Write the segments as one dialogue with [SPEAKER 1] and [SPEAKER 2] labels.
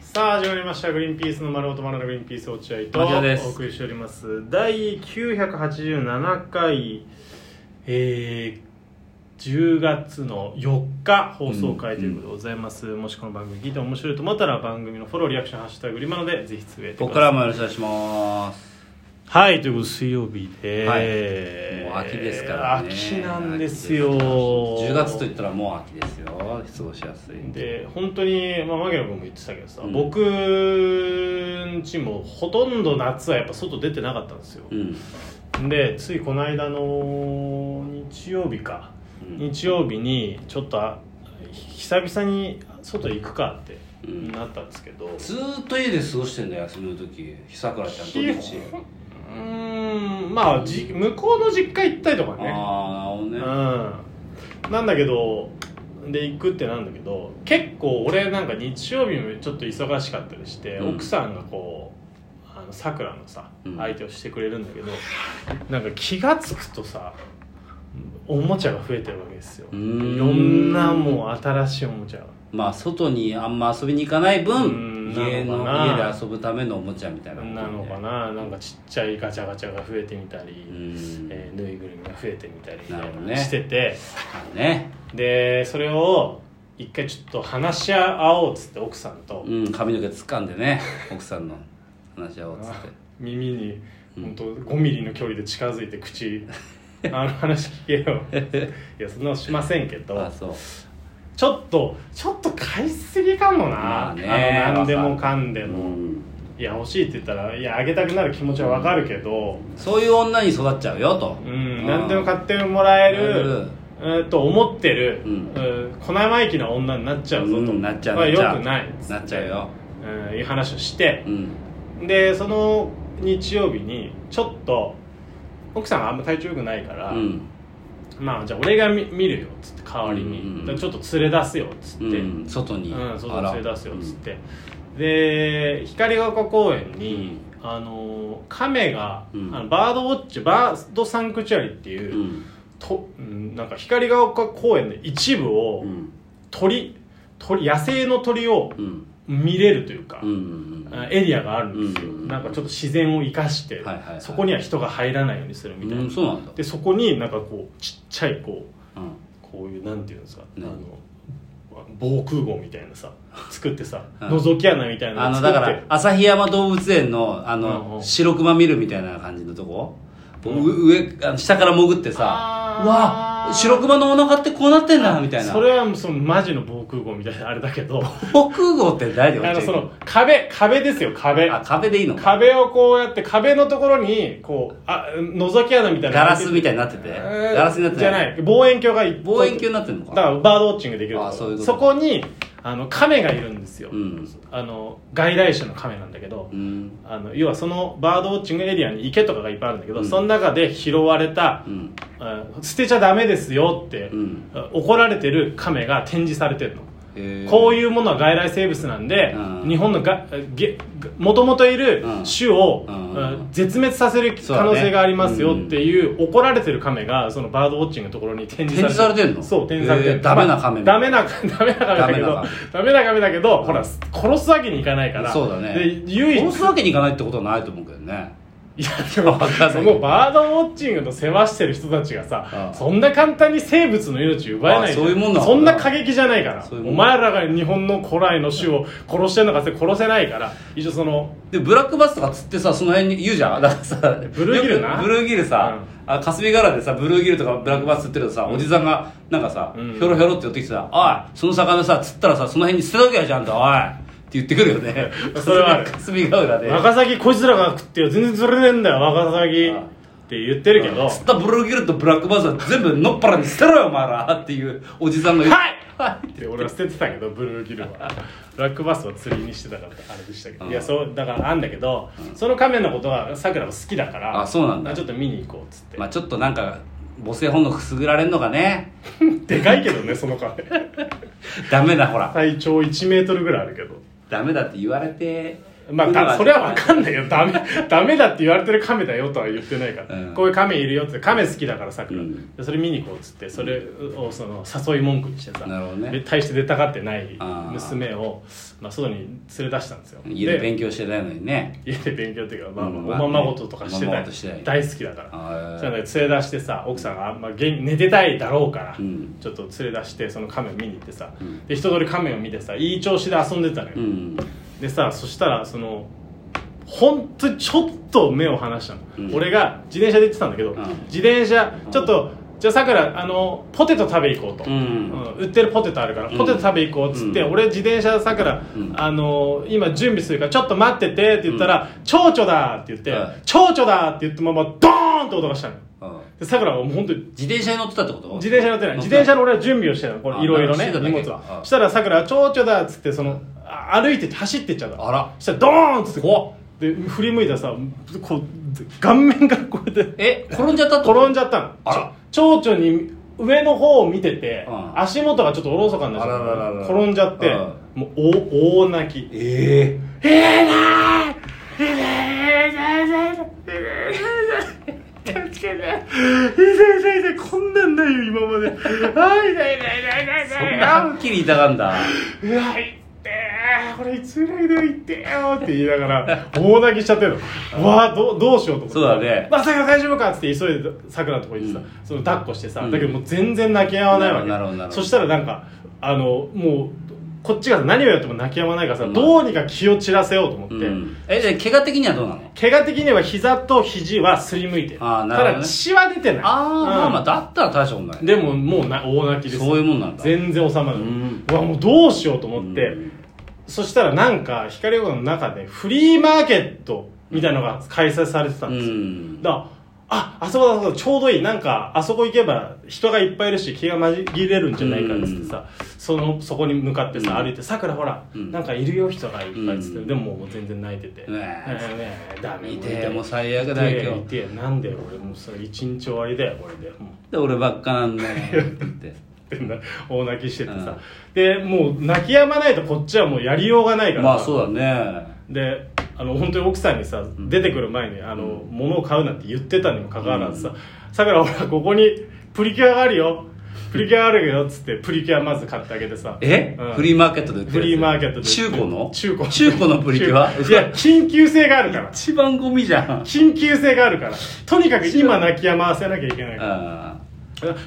[SPEAKER 1] さあ始まりました「グリーンピースの丸尾と丸のグリーンピース落合」
[SPEAKER 2] 牧野で
[SPEAKER 1] と
[SPEAKER 2] す
[SPEAKER 1] お送りしております第987回えー、10月の4日放送回
[SPEAKER 2] うん
[SPEAKER 1] ということでございます、もしこの番組聞いて面白いと思ったら番組のフォローリアクション「ハッシュタググリマのでぜひつぶやいて
[SPEAKER 2] こ
[SPEAKER 1] く
[SPEAKER 2] こ
[SPEAKER 1] ださ
[SPEAKER 2] から
[SPEAKER 1] い
[SPEAKER 2] もよろしくお願いします
[SPEAKER 1] はいということで水曜日で、
[SPEAKER 2] はいもう秋ですからね
[SPEAKER 1] 秋なんですよ
[SPEAKER 2] 10月といったらもう秋ですよ過ごしやすい
[SPEAKER 1] で本当にまあ牧野君も言ってたけどさ、
[SPEAKER 2] うん
[SPEAKER 1] 僕んちもほとんど夏はやっぱ外出てなかったんですよ
[SPEAKER 2] う、ん
[SPEAKER 1] でついこの間の日曜日か
[SPEAKER 2] うん
[SPEAKER 1] 日曜日にちょっとあ久々に外行くかって
[SPEAKER 2] うん
[SPEAKER 1] なったんですけど、う
[SPEAKER 2] ずーっと家で過ごしてんだよ休みの時日桜ちゃんと
[SPEAKER 1] 基
[SPEAKER 2] 日
[SPEAKER 1] 本ーんまあじ向こうの実家行ったりとかね
[SPEAKER 2] ああなるほどね
[SPEAKER 1] うんなんだけどで行くってなんだけど結構俺なんか日曜日もちょっと忙しかったりして、
[SPEAKER 2] うん
[SPEAKER 1] 奥さんがこうあのさくらのさ
[SPEAKER 2] うん
[SPEAKER 1] 相手をしてくれるんだけど、なんか気が付くとさおもちゃが増えてるわけですよ
[SPEAKER 2] う
[SPEAKER 1] い
[SPEAKER 2] ーん
[SPEAKER 1] ろんなもう新しいおもちゃが
[SPEAKER 2] まあ外にあんま遊びに行かない分
[SPEAKER 1] うん
[SPEAKER 2] 家
[SPEAKER 1] な
[SPEAKER 2] の
[SPEAKER 1] のかな
[SPEAKER 2] 家で遊ぶためのおもちゃみたいなことね
[SPEAKER 1] なのかななんかちっちゃいガチャガチャが増えてみた
[SPEAKER 2] う
[SPEAKER 1] り、
[SPEAKER 2] ん
[SPEAKER 1] えーぬいぐるみが増えてみた
[SPEAKER 2] なるほど
[SPEAKER 1] り
[SPEAKER 2] ね
[SPEAKER 1] してて、
[SPEAKER 2] ね
[SPEAKER 1] でそれを一回ちょっと話し合おうっつって奥さんと、
[SPEAKER 2] うん髪の毛掴んで ね奥さんの話し合おうっつっ
[SPEAKER 1] 耳に
[SPEAKER 2] うん
[SPEAKER 1] 本当5ミリの距離で近づいて 口あの話聞けよいやそんなのしませんけ
[SPEAKER 2] てあ
[SPEAKER 1] ど
[SPEAKER 2] そう
[SPEAKER 1] ちょっとちょっと買いすぎかもな、
[SPEAKER 2] まあね
[SPEAKER 1] あの何でもかんで
[SPEAKER 2] う
[SPEAKER 1] も、
[SPEAKER 2] ん
[SPEAKER 1] いや欲しいって言ったらいやあげたくなる気持ちはわかるけど
[SPEAKER 2] そういう女に育っちゃうよと
[SPEAKER 1] うん、何でも買ってもらえる、うん、と思ってる、
[SPEAKER 2] う
[SPEAKER 1] うんん、粉まいきな女になっちゃうぞと、
[SPEAKER 2] うんなっちゃう
[SPEAKER 1] まあ
[SPEAKER 2] なっちゃう
[SPEAKER 1] よくない
[SPEAKER 2] なっちゃうよ
[SPEAKER 1] うん、いう話をして
[SPEAKER 2] う、ん
[SPEAKER 1] でその日曜日にちょっと奥さんがあんま体調良くないから、
[SPEAKER 2] うん
[SPEAKER 1] まあじゃあ俺が見見るよっつって代わりに、
[SPEAKER 2] うんうんう
[SPEAKER 1] だ
[SPEAKER 2] ん
[SPEAKER 1] からちょっと連れ出すよっつって、
[SPEAKER 2] う
[SPEAKER 1] うん
[SPEAKER 2] ん外に
[SPEAKER 1] 外に連れ出すよっつって、で光が丘公園に、あの亀が、
[SPEAKER 2] うん
[SPEAKER 1] あのバードウォッチバードサンクチュアリっていうう、
[SPEAKER 2] ん
[SPEAKER 1] とうんなんか光が丘公園の一部を、
[SPEAKER 2] うん
[SPEAKER 1] 鳥鳥野生の鳥を
[SPEAKER 2] うん
[SPEAKER 1] 見れるというか、
[SPEAKER 2] うんうん
[SPEAKER 1] あエリアがあるんですよ、
[SPEAKER 2] うん
[SPEAKER 1] なんかちょっと自然を生かして、
[SPEAKER 2] はいはいはい
[SPEAKER 1] そこには人が入らないようにするみたいな、
[SPEAKER 2] うんそうなんだ
[SPEAKER 1] でそこになんかこうちっちゃいこう
[SPEAKER 2] うん
[SPEAKER 1] こういうなんていうんですか、
[SPEAKER 2] 何
[SPEAKER 1] あの防空壕みたいな さ作ってさ、
[SPEAKER 2] うん
[SPEAKER 1] 覗き穴みたいな
[SPEAKER 2] あ
[SPEAKER 1] の
[SPEAKER 2] の
[SPEAKER 1] 作っ
[SPEAKER 2] だ
[SPEAKER 1] て
[SPEAKER 2] から旭山動物園のあ
[SPEAKER 1] うんう
[SPEAKER 2] の
[SPEAKER 1] ん
[SPEAKER 2] 白熊見るみたいな感じのとこ
[SPEAKER 1] うん
[SPEAKER 2] う上あの下から潜ってさ
[SPEAKER 1] あー
[SPEAKER 2] うわ白熊のお腹ってこうなってんだみたいな
[SPEAKER 1] それはもうそのマジの防空壕みたいなあれだけ どあ
[SPEAKER 2] 防空壕って誰で
[SPEAKER 1] のその壁壁ですよ壁
[SPEAKER 2] あ壁でいいのか
[SPEAKER 1] 壁をこうやって壁のところにこうあ覗き穴みたいな
[SPEAKER 2] ガラスみたいになってて
[SPEAKER 1] えー
[SPEAKER 2] ガラスになって
[SPEAKER 1] じゃない望遠鏡が一
[SPEAKER 2] 望遠鏡になってんの
[SPEAKER 1] だか
[SPEAKER 2] から
[SPEAKER 1] バードウォッチングできるとこ
[SPEAKER 2] あそういうこと
[SPEAKER 1] そこにあの亀がいるんですよ、
[SPEAKER 2] うん
[SPEAKER 1] あの外来種の亀なんだけど、
[SPEAKER 2] うん
[SPEAKER 1] あの要はそのバードウォッチングエリアに池とかがいっぱいあるんだけど、
[SPEAKER 2] うん
[SPEAKER 1] その中で拾われた
[SPEAKER 2] う、ん
[SPEAKER 1] あ捨てちゃダメですよって、
[SPEAKER 2] うん
[SPEAKER 1] あ怒られてる亀が展示されてるの、
[SPEAKER 2] へー
[SPEAKER 1] こういうものは外来生物なんで、
[SPEAKER 2] うん
[SPEAKER 1] 日本のがげもともといる
[SPEAKER 2] うん
[SPEAKER 1] 種を、
[SPEAKER 2] うん
[SPEAKER 1] うん絶滅させる
[SPEAKER 2] そうだ
[SPEAKER 1] 可
[SPEAKER 2] ね
[SPEAKER 1] 能性がありますよっていう怒られてる亀がそのバードウォッチングのところに展示されて
[SPEAKER 2] 展示されてんの
[SPEAKER 1] そう展示されてる
[SPEAKER 2] へーダメな
[SPEAKER 1] ま
[SPEAKER 2] 亀
[SPEAKER 1] あダメなダメな亀だけどダメな亀だけど、ほら殺すわけにいかないから
[SPEAKER 2] そうだね
[SPEAKER 1] で唯一
[SPEAKER 2] 殺すわけにいかないってことはないと思うけどね
[SPEAKER 1] いやでも
[SPEAKER 2] わかんない
[SPEAKER 1] そのバードウォッチングの世話してる人たちが
[SPEAKER 2] あ
[SPEAKER 1] さ
[SPEAKER 2] あ
[SPEAKER 1] そんな簡単に生物の命奪えないじゃ
[SPEAKER 2] ああそういうもんなの
[SPEAKER 1] そんな過激じゃないから
[SPEAKER 2] そういうも
[SPEAKER 1] お
[SPEAKER 2] んな
[SPEAKER 1] 前らが日本の古来の種を殺してるのかって殺せないから一応その
[SPEAKER 2] でブラックバスとか釣ってさその辺に言うじゃんだからさ
[SPEAKER 1] ブルーギルな
[SPEAKER 2] よくブルーギルさ、あ霞ヶ浦でさブルーギルとかブラックバス釣ってるとさ、おじさんがなんかさ、
[SPEAKER 1] うん
[SPEAKER 2] ひょろひょろって寄ってきてさ「おいその魚さ釣ったらさその辺に捨てとけよちゃんとおい」って言ってくるよね
[SPEAKER 1] それはある
[SPEAKER 2] 霞ヶ浦で
[SPEAKER 1] ワカサギこいつらが食ってよ全然釣れねえんだよワカサギ
[SPEAKER 2] ああ
[SPEAKER 1] って言ってるけど
[SPEAKER 2] 釣ったブルーギルとブラックバスは全部のっぱらに捨てろよお前らっていうおじさんの
[SPEAKER 1] はい
[SPEAKER 2] はい
[SPEAKER 1] で俺は捨ててたけどブルーギルはブラックバスは釣りにしてたからあれでしたけど、
[SPEAKER 2] うん
[SPEAKER 1] いやそうだからあんだけど、その亀のことはさくらも好きだから
[SPEAKER 2] あそうなんだ
[SPEAKER 1] ちょっと見に行こうっつって、
[SPEAKER 2] まあちょっとなんか母性本能くすぐられんのがね
[SPEAKER 1] でかいけどねその亀
[SPEAKER 2] ダメだほら
[SPEAKER 1] 体長1メートルぐらいあるけど
[SPEAKER 2] ダメだって言われて
[SPEAKER 1] まあ
[SPEAKER 2] 海は
[SPEAKER 1] だそれは分かんないよダメダメだって言われてるカメだよとは言ってないから、
[SPEAKER 2] うん
[SPEAKER 1] こういうカメいるよってカメ好きだからさくら、
[SPEAKER 2] うん
[SPEAKER 1] でそれ見に行こうっつってそれをその誘い文句にしてさ
[SPEAKER 2] なるほど
[SPEAKER 1] で
[SPEAKER 2] ね
[SPEAKER 1] 大して出たがってない
[SPEAKER 2] あー
[SPEAKER 1] 娘を、まあ、外に連れ出したんですよ
[SPEAKER 2] 家で勉
[SPEAKER 1] 強
[SPEAKER 2] 強してないのにね
[SPEAKER 1] 家で勉強っていうか、まあまあ
[SPEAKER 2] うんまあ
[SPEAKER 1] おままごととかして
[SPEAKER 2] おま
[SPEAKER 1] た
[SPEAKER 2] まごとしてない
[SPEAKER 1] 大好きだから
[SPEAKER 2] あ
[SPEAKER 1] それ
[SPEAKER 2] ー
[SPEAKER 1] で連れ出してさ奥さんがあんま元寝てたいだろうから、
[SPEAKER 2] うん
[SPEAKER 1] ちょっと連れ出してそのカメを見に行ってさ、
[SPEAKER 2] うん
[SPEAKER 1] で一通りカメを見てさいい調子で遊んでたのよ、
[SPEAKER 2] うん
[SPEAKER 1] でさそしたらそのほんとちょっと目を離したの、
[SPEAKER 2] うん
[SPEAKER 1] 俺が自転車で行ってたんだけど、
[SPEAKER 2] ん
[SPEAKER 1] 自転車ちょっと、じゃあさくらあのポテト食べ行こうと、
[SPEAKER 2] うん
[SPEAKER 1] うん売ってるポテトあるから
[SPEAKER 2] うん
[SPEAKER 1] ポテト食べ行こうっつって、
[SPEAKER 2] うん
[SPEAKER 1] 俺自転車さくら、
[SPEAKER 2] うん
[SPEAKER 1] あの今準備するからちょっと待っててって言ったら「蝶々だ!」って言って
[SPEAKER 2] は
[SPEAKER 1] 「
[SPEAKER 2] い
[SPEAKER 1] 蝶々だ!」って言ったままドーンって音がしたの
[SPEAKER 2] あ
[SPEAKER 1] でさくらはもう本当に
[SPEAKER 2] 自転車に乗ってたってこと
[SPEAKER 1] 自転車乗ってない自転車の俺は準備をしてたのこれ
[SPEAKER 2] あ
[SPEAKER 1] いろいろ
[SPEAKER 2] な
[SPEAKER 1] ね
[SPEAKER 2] るほど
[SPEAKER 1] 荷物
[SPEAKER 2] あ
[SPEAKER 1] はしたらさくらは「蝶々だ」っつってそのあ歩いてって走ってっちゃうの
[SPEAKER 2] あら
[SPEAKER 1] したらドーンっつって
[SPEAKER 2] 怖っ
[SPEAKER 1] で振り向いたらさこう顔面がこうやって
[SPEAKER 2] え転んじゃったってこと
[SPEAKER 1] 転んじゃったの
[SPEAKER 2] あら
[SPEAKER 1] 蝶々に上の方を見てて、
[SPEAKER 2] うん
[SPEAKER 1] 足元がちょっとおろそかになっちゃっ
[SPEAKER 2] あらららら
[SPEAKER 1] た転んじゃって、
[SPEAKER 2] うん
[SPEAKER 1] もう大大泣き
[SPEAKER 2] え
[SPEAKER 1] 「ええなーええなーええなー助けて痛い痛い痛いこんなんないよ今まであー痛い痛い痛い痛い
[SPEAKER 2] え
[SPEAKER 1] 痛
[SPEAKER 2] そん
[SPEAKER 1] い
[SPEAKER 2] なはっきり痛がんだ
[SPEAKER 1] うわ痛いこれいつぐらいで行ってよって言いながら大泣きしちゃってるのわあどうどうしようと思って
[SPEAKER 2] そうだね
[SPEAKER 1] まあ、さくら大丈夫かっつって急いでさくらのとこ行ってさ、
[SPEAKER 2] うん
[SPEAKER 1] その抱っこしてさ、
[SPEAKER 2] うん
[SPEAKER 1] だけどもう全然泣き止まないわけ
[SPEAKER 2] なるほどなるほど
[SPEAKER 1] そしたらなんかあのもうこっちが何をやっても泣き止まないからさ、
[SPEAKER 2] うん
[SPEAKER 1] どうにか気を散らせようと思って、
[SPEAKER 2] うんえじゃあ怪我的にはどうなの
[SPEAKER 1] 怪我的には膝と肘はすりむいてる
[SPEAKER 2] あーなるほどね
[SPEAKER 1] ただ血は出てない
[SPEAKER 2] ああ、まあ
[SPEAKER 1] う
[SPEAKER 2] まあ
[SPEAKER 1] ん
[SPEAKER 2] だったら大したことない
[SPEAKER 1] でももうな大泣きです
[SPEAKER 2] そういうもんなんだ
[SPEAKER 1] 全然収まらない、
[SPEAKER 2] うん
[SPEAKER 1] うわもうどうしようと思って、
[SPEAKER 2] うん
[SPEAKER 1] そしたらなんか光横の中でフリーマーケットみたいなのが開催されてたんですよ、
[SPEAKER 2] うん
[SPEAKER 1] だからああそこだあそこだちょうどいいなんかあそこ行けば人がいっぱいいるし気が紛れるんじゃないかっつってさ、そのそこに向かってさ、
[SPEAKER 2] うん
[SPEAKER 1] 歩いて「さくらほら、
[SPEAKER 2] うん
[SPEAKER 1] なんかいるよ人がいっぱい」っつって、
[SPEAKER 2] うん
[SPEAKER 1] でももう全然泣いてて「
[SPEAKER 2] うわ
[SPEAKER 1] ねえねえダメ
[SPEAKER 2] 痛えもう
[SPEAKER 1] う
[SPEAKER 2] 最悪
[SPEAKER 1] 痛
[SPEAKER 2] だ
[SPEAKER 1] え
[SPEAKER 2] よ今
[SPEAKER 1] 痛えなんで俺もうそれ一日終わりだよこれでもう」
[SPEAKER 2] 日で俺ばっかなんだよって言って
[SPEAKER 1] ってな大泣きしててさ、
[SPEAKER 2] うん
[SPEAKER 1] でもう泣き止まないとこっちはもうやりようがない からさ
[SPEAKER 2] まあそうだね
[SPEAKER 1] であの本当に奥さんにさ、出てくる前にあの、物を買うなんて言ってたにもかかわらずさ「さくらほらここにプリキュアがあるよプリキュアあるよ」っつってプリキュアまず買ってあげてさ
[SPEAKER 2] え、
[SPEAKER 1] うん
[SPEAKER 2] フリーマーケットで売ってる
[SPEAKER 1] フリーマーケットで
[SPEAKER 2] 中古の
[SPEAKER 1] 中古
[SPEAKER 2] 中古のプリキュア
[SPEAKER 1] いや緊急性があるから
[SPEAKER 2] 一番ゴミじゃ ん
[SPEAKER 1] 緊急性があるからとにかく今泣き止ませなきゃいけないから
[SPEAKER 2] あ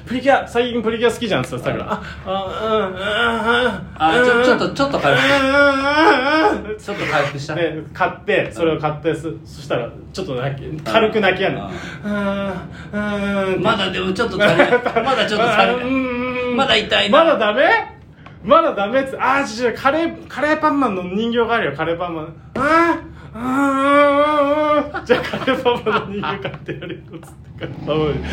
[SPEAKER 1] プリキュア最近プリキュア好きじゃんっつったらさくらあああ
[SPEAKER 2] あちょちょっとちょっと回復
[SPEAKER 1] あ
[SPEAKER 2] ちょっと回復した、
[SPEAKER 1] で買ってそれを買ってそそしたらちょっと泣き軽く泣きやんの
[SPEAKER 2] あ
[SPEAKER 1] うんうん
[SPEAKER 2] まだでもちょっと足 りないまだちょっと足
[SPEAKER 1] あう
[SPEAKER 2] りない
[SPEAKER 1] んうん
[SPEAKER 2] まだ痛いな
[SPEAKER 1] まだダメまだダメっつああちょちょカレーカレーパンマンの人形があるよカレーパンマンああうんうんうんうんじゃあカレーパンマンの人形買ってやるよっつってカレーパンマンに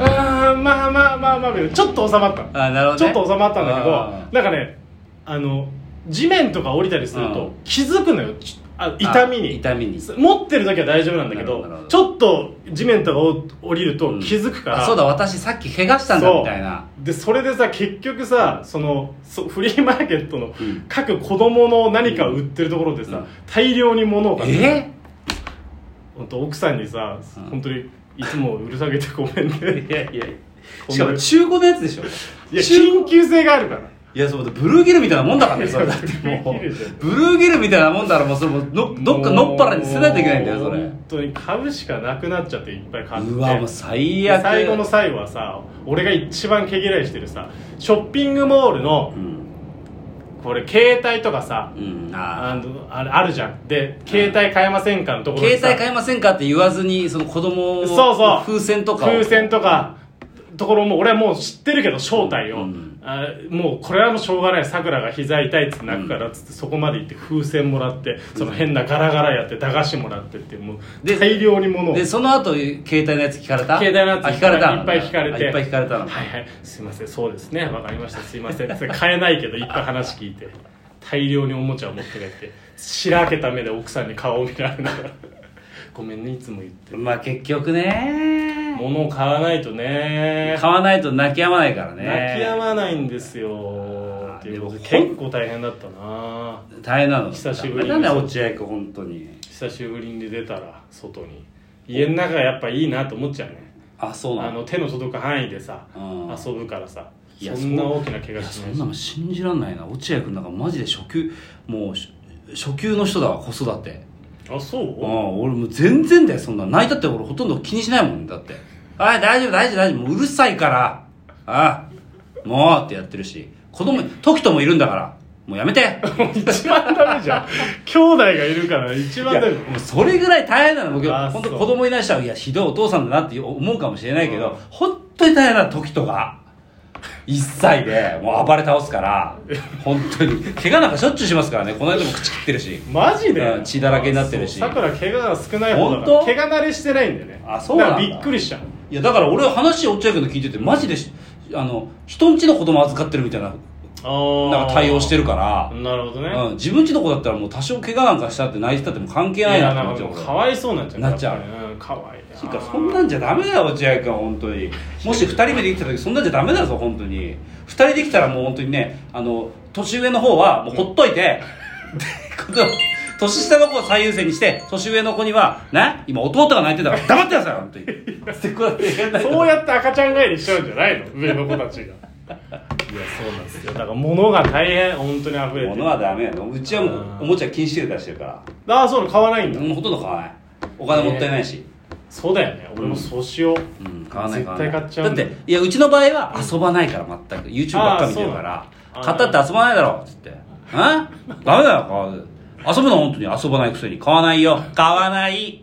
[SPEAKER 1] ああまあまあまあまあみたいなちょっと収まったの
[SPEAKER 2] あなるほど
[SPEAKER 1] ちょ
[SPEAKER 2] ね、
[SPEAKER 1] っと収まったんだけ
[SPEAKER 2] あ
[SPEAKER 1] どなんかねあの地面とか降りたりする
[SPEAKER 2] うん
[SPEAKER 1] と気づくのよちあ
[SPEAKER 2] ー
[SPEAKER 1] 痛みに
[SPEAKER 2] あ痛みに
[SPEAKER 1] 持ってる時は大丈夫なんだけど
[SPEAKER 2] なるほどなるほど
[SPEAKER 1] ちょっと地面とかを降りると気づくから、
[SPEAKER 2] あそうだ私さっき怪我したんだみたいな
[SPEAKER 1] でそれでさ結局さそのそフリーマーケットの
[SPEAKER 2] ん
[SPEAKER 1] 各子供の何かを売ってるところでさ、
[SPEAKER 2] うん
[SPEAKER 1] 大量に物を買って
[SPEAKER 2] え
[SPEAKER 1] 本当奥さんにさ、
[SPEAKER 2] うん
[SPEAKER 1] 本当にいつもうるさげてごめ んねいやいや
[SPEAKER 2] しかも中古のやつでしょ
[SPEAKER 1] いや
[SPEAKER 2] 中古
[SPEAKER 1] 緊急性があるから
[SPEAKER 2] いやそうだブルーギルみたいなもんだからねそれだっても
[SPEAKER 1] ブルーギルじゃ
[SPEAKER 2] うんブルーギルみたいなもんだからもうそれもうのどっかのっぱらに捨てないといけないんだよそ
[SPEAKER 1] もう
[SPEAKER 2] れ
[SPEAKER 1] 本当に買うしかなくなっちゃっていっぱい買って
[SPEAKER 2] うわもう最
[SPEAKER 1] で
[SPEAKER 2] 悪
[SPEAKER 1] 最後の最後はさ俺が一番毛嫌いしてるさショッピングモールの
[SPEAKER 2] うん、
[SPEAKER 1] これ携帯とかさ
[SPEAKER 2] うん、あー
[SPEAKER 1] あのあれあるじゃんで携帯買えませんかのところ
[SPEAKER 2] 携
[SPEAKER 1] でさ
[SPEAKER 2] 帯買えませんかって言わずにその子供を
[SPEAKER 1] そうそう
[SPEAKER 2] 風船とかを
[SPEAKER 1] 風船とかところも俺はもう知ってるけど正体を、
[SPEAKER 2] うん
[SPEAKER 1] あもうこれはもうしょうがないさくらが膝痛いっつって泣くからっつってそこまで行って風船もらってその変なガラガラやって駄菓子もらってってもう
[SPEAKER 2] で
[SPEAKER 1] 大量に物を
[SPEAKER 2] でその後携帯のやつ聞かれた
[SPEAKER 1] 携帯のやつ
[SPEAKER 2] あ聞かれた
[SPEAKER 1] いっぱい聞かれて
[SPEAKER 2] あいっぱい聞かれたの、
[SPEAKER 1] はいはいすいませんそうですねわかりましたすいませんそれ買えないけどいっぱい話聞いて大量におもちゃを持って帰って白けた目で奥さんに顔を見られなが らごめんねいつも言って
[SPEAKER 2] まあ結局ね
[SPEAKER 1] 物を買わないとね
[SPEAKER 2] 買わないと泣き止まないからね
[SPEAKER 1] 泣き止まないんですよっていうことで結構大変だったな
[SPEAKER 2] 大変なの
[SPEAKER 1] 久しぶりに
[SPEAKER 2] ダメだね落合君本当に
[SPEAKER 1] 久しぶりに出たら外に家の中がやっぱいいなと思っちゃうね
[SPEAKER 2] あそうな
[SPEAKER 1] あの
[SPEAKER 2] の
[SPEAKER 1] 手の届く範囲でさ
[SPEAKER 2] うん
[SPEAKER 1] 遊ぶからさ
[SPEAKER 2] いや
[SPEAKER 1] そんな大きな怪
[SPEAKER 2] いや
[SPEAKER 1] 我し
[SPEAKER 2] そ
[SPEAKER 1] ない
[SPEAKER 2] んな
[SPEAKER 1] し
[SPEAKER 2] の信じらんないな落合君なんかマジで初級もう初初級の人だわ子育て
[SPEAKER 1] あそ
[SPEAKER 2] うん
[SPEAKER 1] う
[SPEAKER 2] 俺もう全然だよそんな泣いたって俺ほとんど気にしないもんだってあ大丈夫大丈夫大丈夫もううるさいからあもうってやってるし子供時ともいるんだからもうやめて
[SPEAKER 1] 一番ダメじ ゃん兄弟がいるから一番ダメ
[SPEAKER 2] もうそれぐらい大変なの僕
[SPEAKER 1] あ
[SPEAKER 2] 本当
[SPEAKER 1] そう
[SPEAKER 2] 子供いない人はいやひどいお父さんだなって思うかもしれないけど、
[SPEAKER 1] うん
[SPEAKER 2] 本当に大変な時とか1歳でもう暴れ倒すから本当に怪我なんかしょっちゅうしますからねこの間も口切ってるし
[SPEAKER 1] マジ
[SPEAKER 2] う
[SPEAKER 1] で
[SPEAKER 2] ん血だらけになってるし
[SPEAKER 1] さくら怪我が少ない方だから
[SPEAKER 2] 本当
[SPEAKER 1] 怪我慣れしてないんだよね
[SPEAKER 2] あそうなんだ
[SPEAKER 1] からびっくりしちゃう
[SPEAKER 2] いやだから俺は話落合君の聞いててマジでしあの人んちの子供預かってるみたいなな
[SPEAKER 1] あ
[SPEAKER 2] んか対応して
[SPEAKER 1] る
[SPEAKER 2] るから、
[SPEAKER 1] なるほどね、
[SPEAKER 2] うん、自分ちの子だったらもう多少怪我なんかしたって泣いてたっても関係ないなと思っちゃう
[SPEAKER 1] いやなんかも
[SPEAKER 2] 俺
[SPEAKER 1] うかわいそうになっちゃう
[SPEAKER 2] なっちゃう
[SPEAKER 1] やぱりねかわいいな
[SPEAKER 2] ていうかそんなんじゃダメだよ落合君本当にもし2人目できた時そんなんじゃダメだぞ本当に2人できたらもう本当にねあの年上の方はもうほっといて、でこの年下の子を最優先にして年上の子にはね今弟が泣いてたから黙ってください本当にってこうやってやんないと
[SPEAKER 1] そうやって赤ちゃん帰りしちゃうんじゃないの上の子たちが いやそうなんですよだから物が大変本当に溢れて
[SPEAKER 2] 物
[SPEAKER 1] る
[SPEAKER 2] はダメやのうちはもうおもちゃ禁止で出してるから
[SPEAKER 1] ああそうなの買わないんだ、
[SPEAKER 2] もうほとんど買わないお金もったいないし、
[SPEAKER 1] そうだよね俺もそうしよう、
[SPEAKER 2] うん、買わない
[SPEAKER 1] 絶
[SPEAKER 2] わ
[SPEAKER 1] 対
[SPEAKER 2] ない
[SPEAKER 1] 買っちゃうん
[SPEAKER 2] だ
[SPEAKER 1] だ
[SPEAKER 2] っていやうちの場合は遊ばないから全く YouTube ばっか見てるから
[SPEAKER 1] あーそ
[SPEAKER 2] 買
[SPEAKER 1] う
[SPEAKER 2] ったって遊ばないだろっつって「あダメだよ買わず遊ぶの本当に遊ばないくせに買わないよ買わない」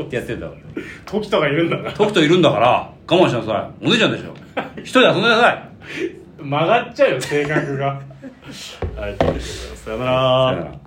[SPEAKER 2] ってやってんだから
[SPEAKER 1] 時とかいるんだな
[SPEAKER 2] 時といるんだから我慢しなさいお姉ちゃんでしょ一人で遊んでなさい
[SPEAKER 1] 曲がっちゃうよ性格がはいということでさよな
[SPEAKER 2] さ
[SPEAKER 1] ら
[SPEAKER 2] よなら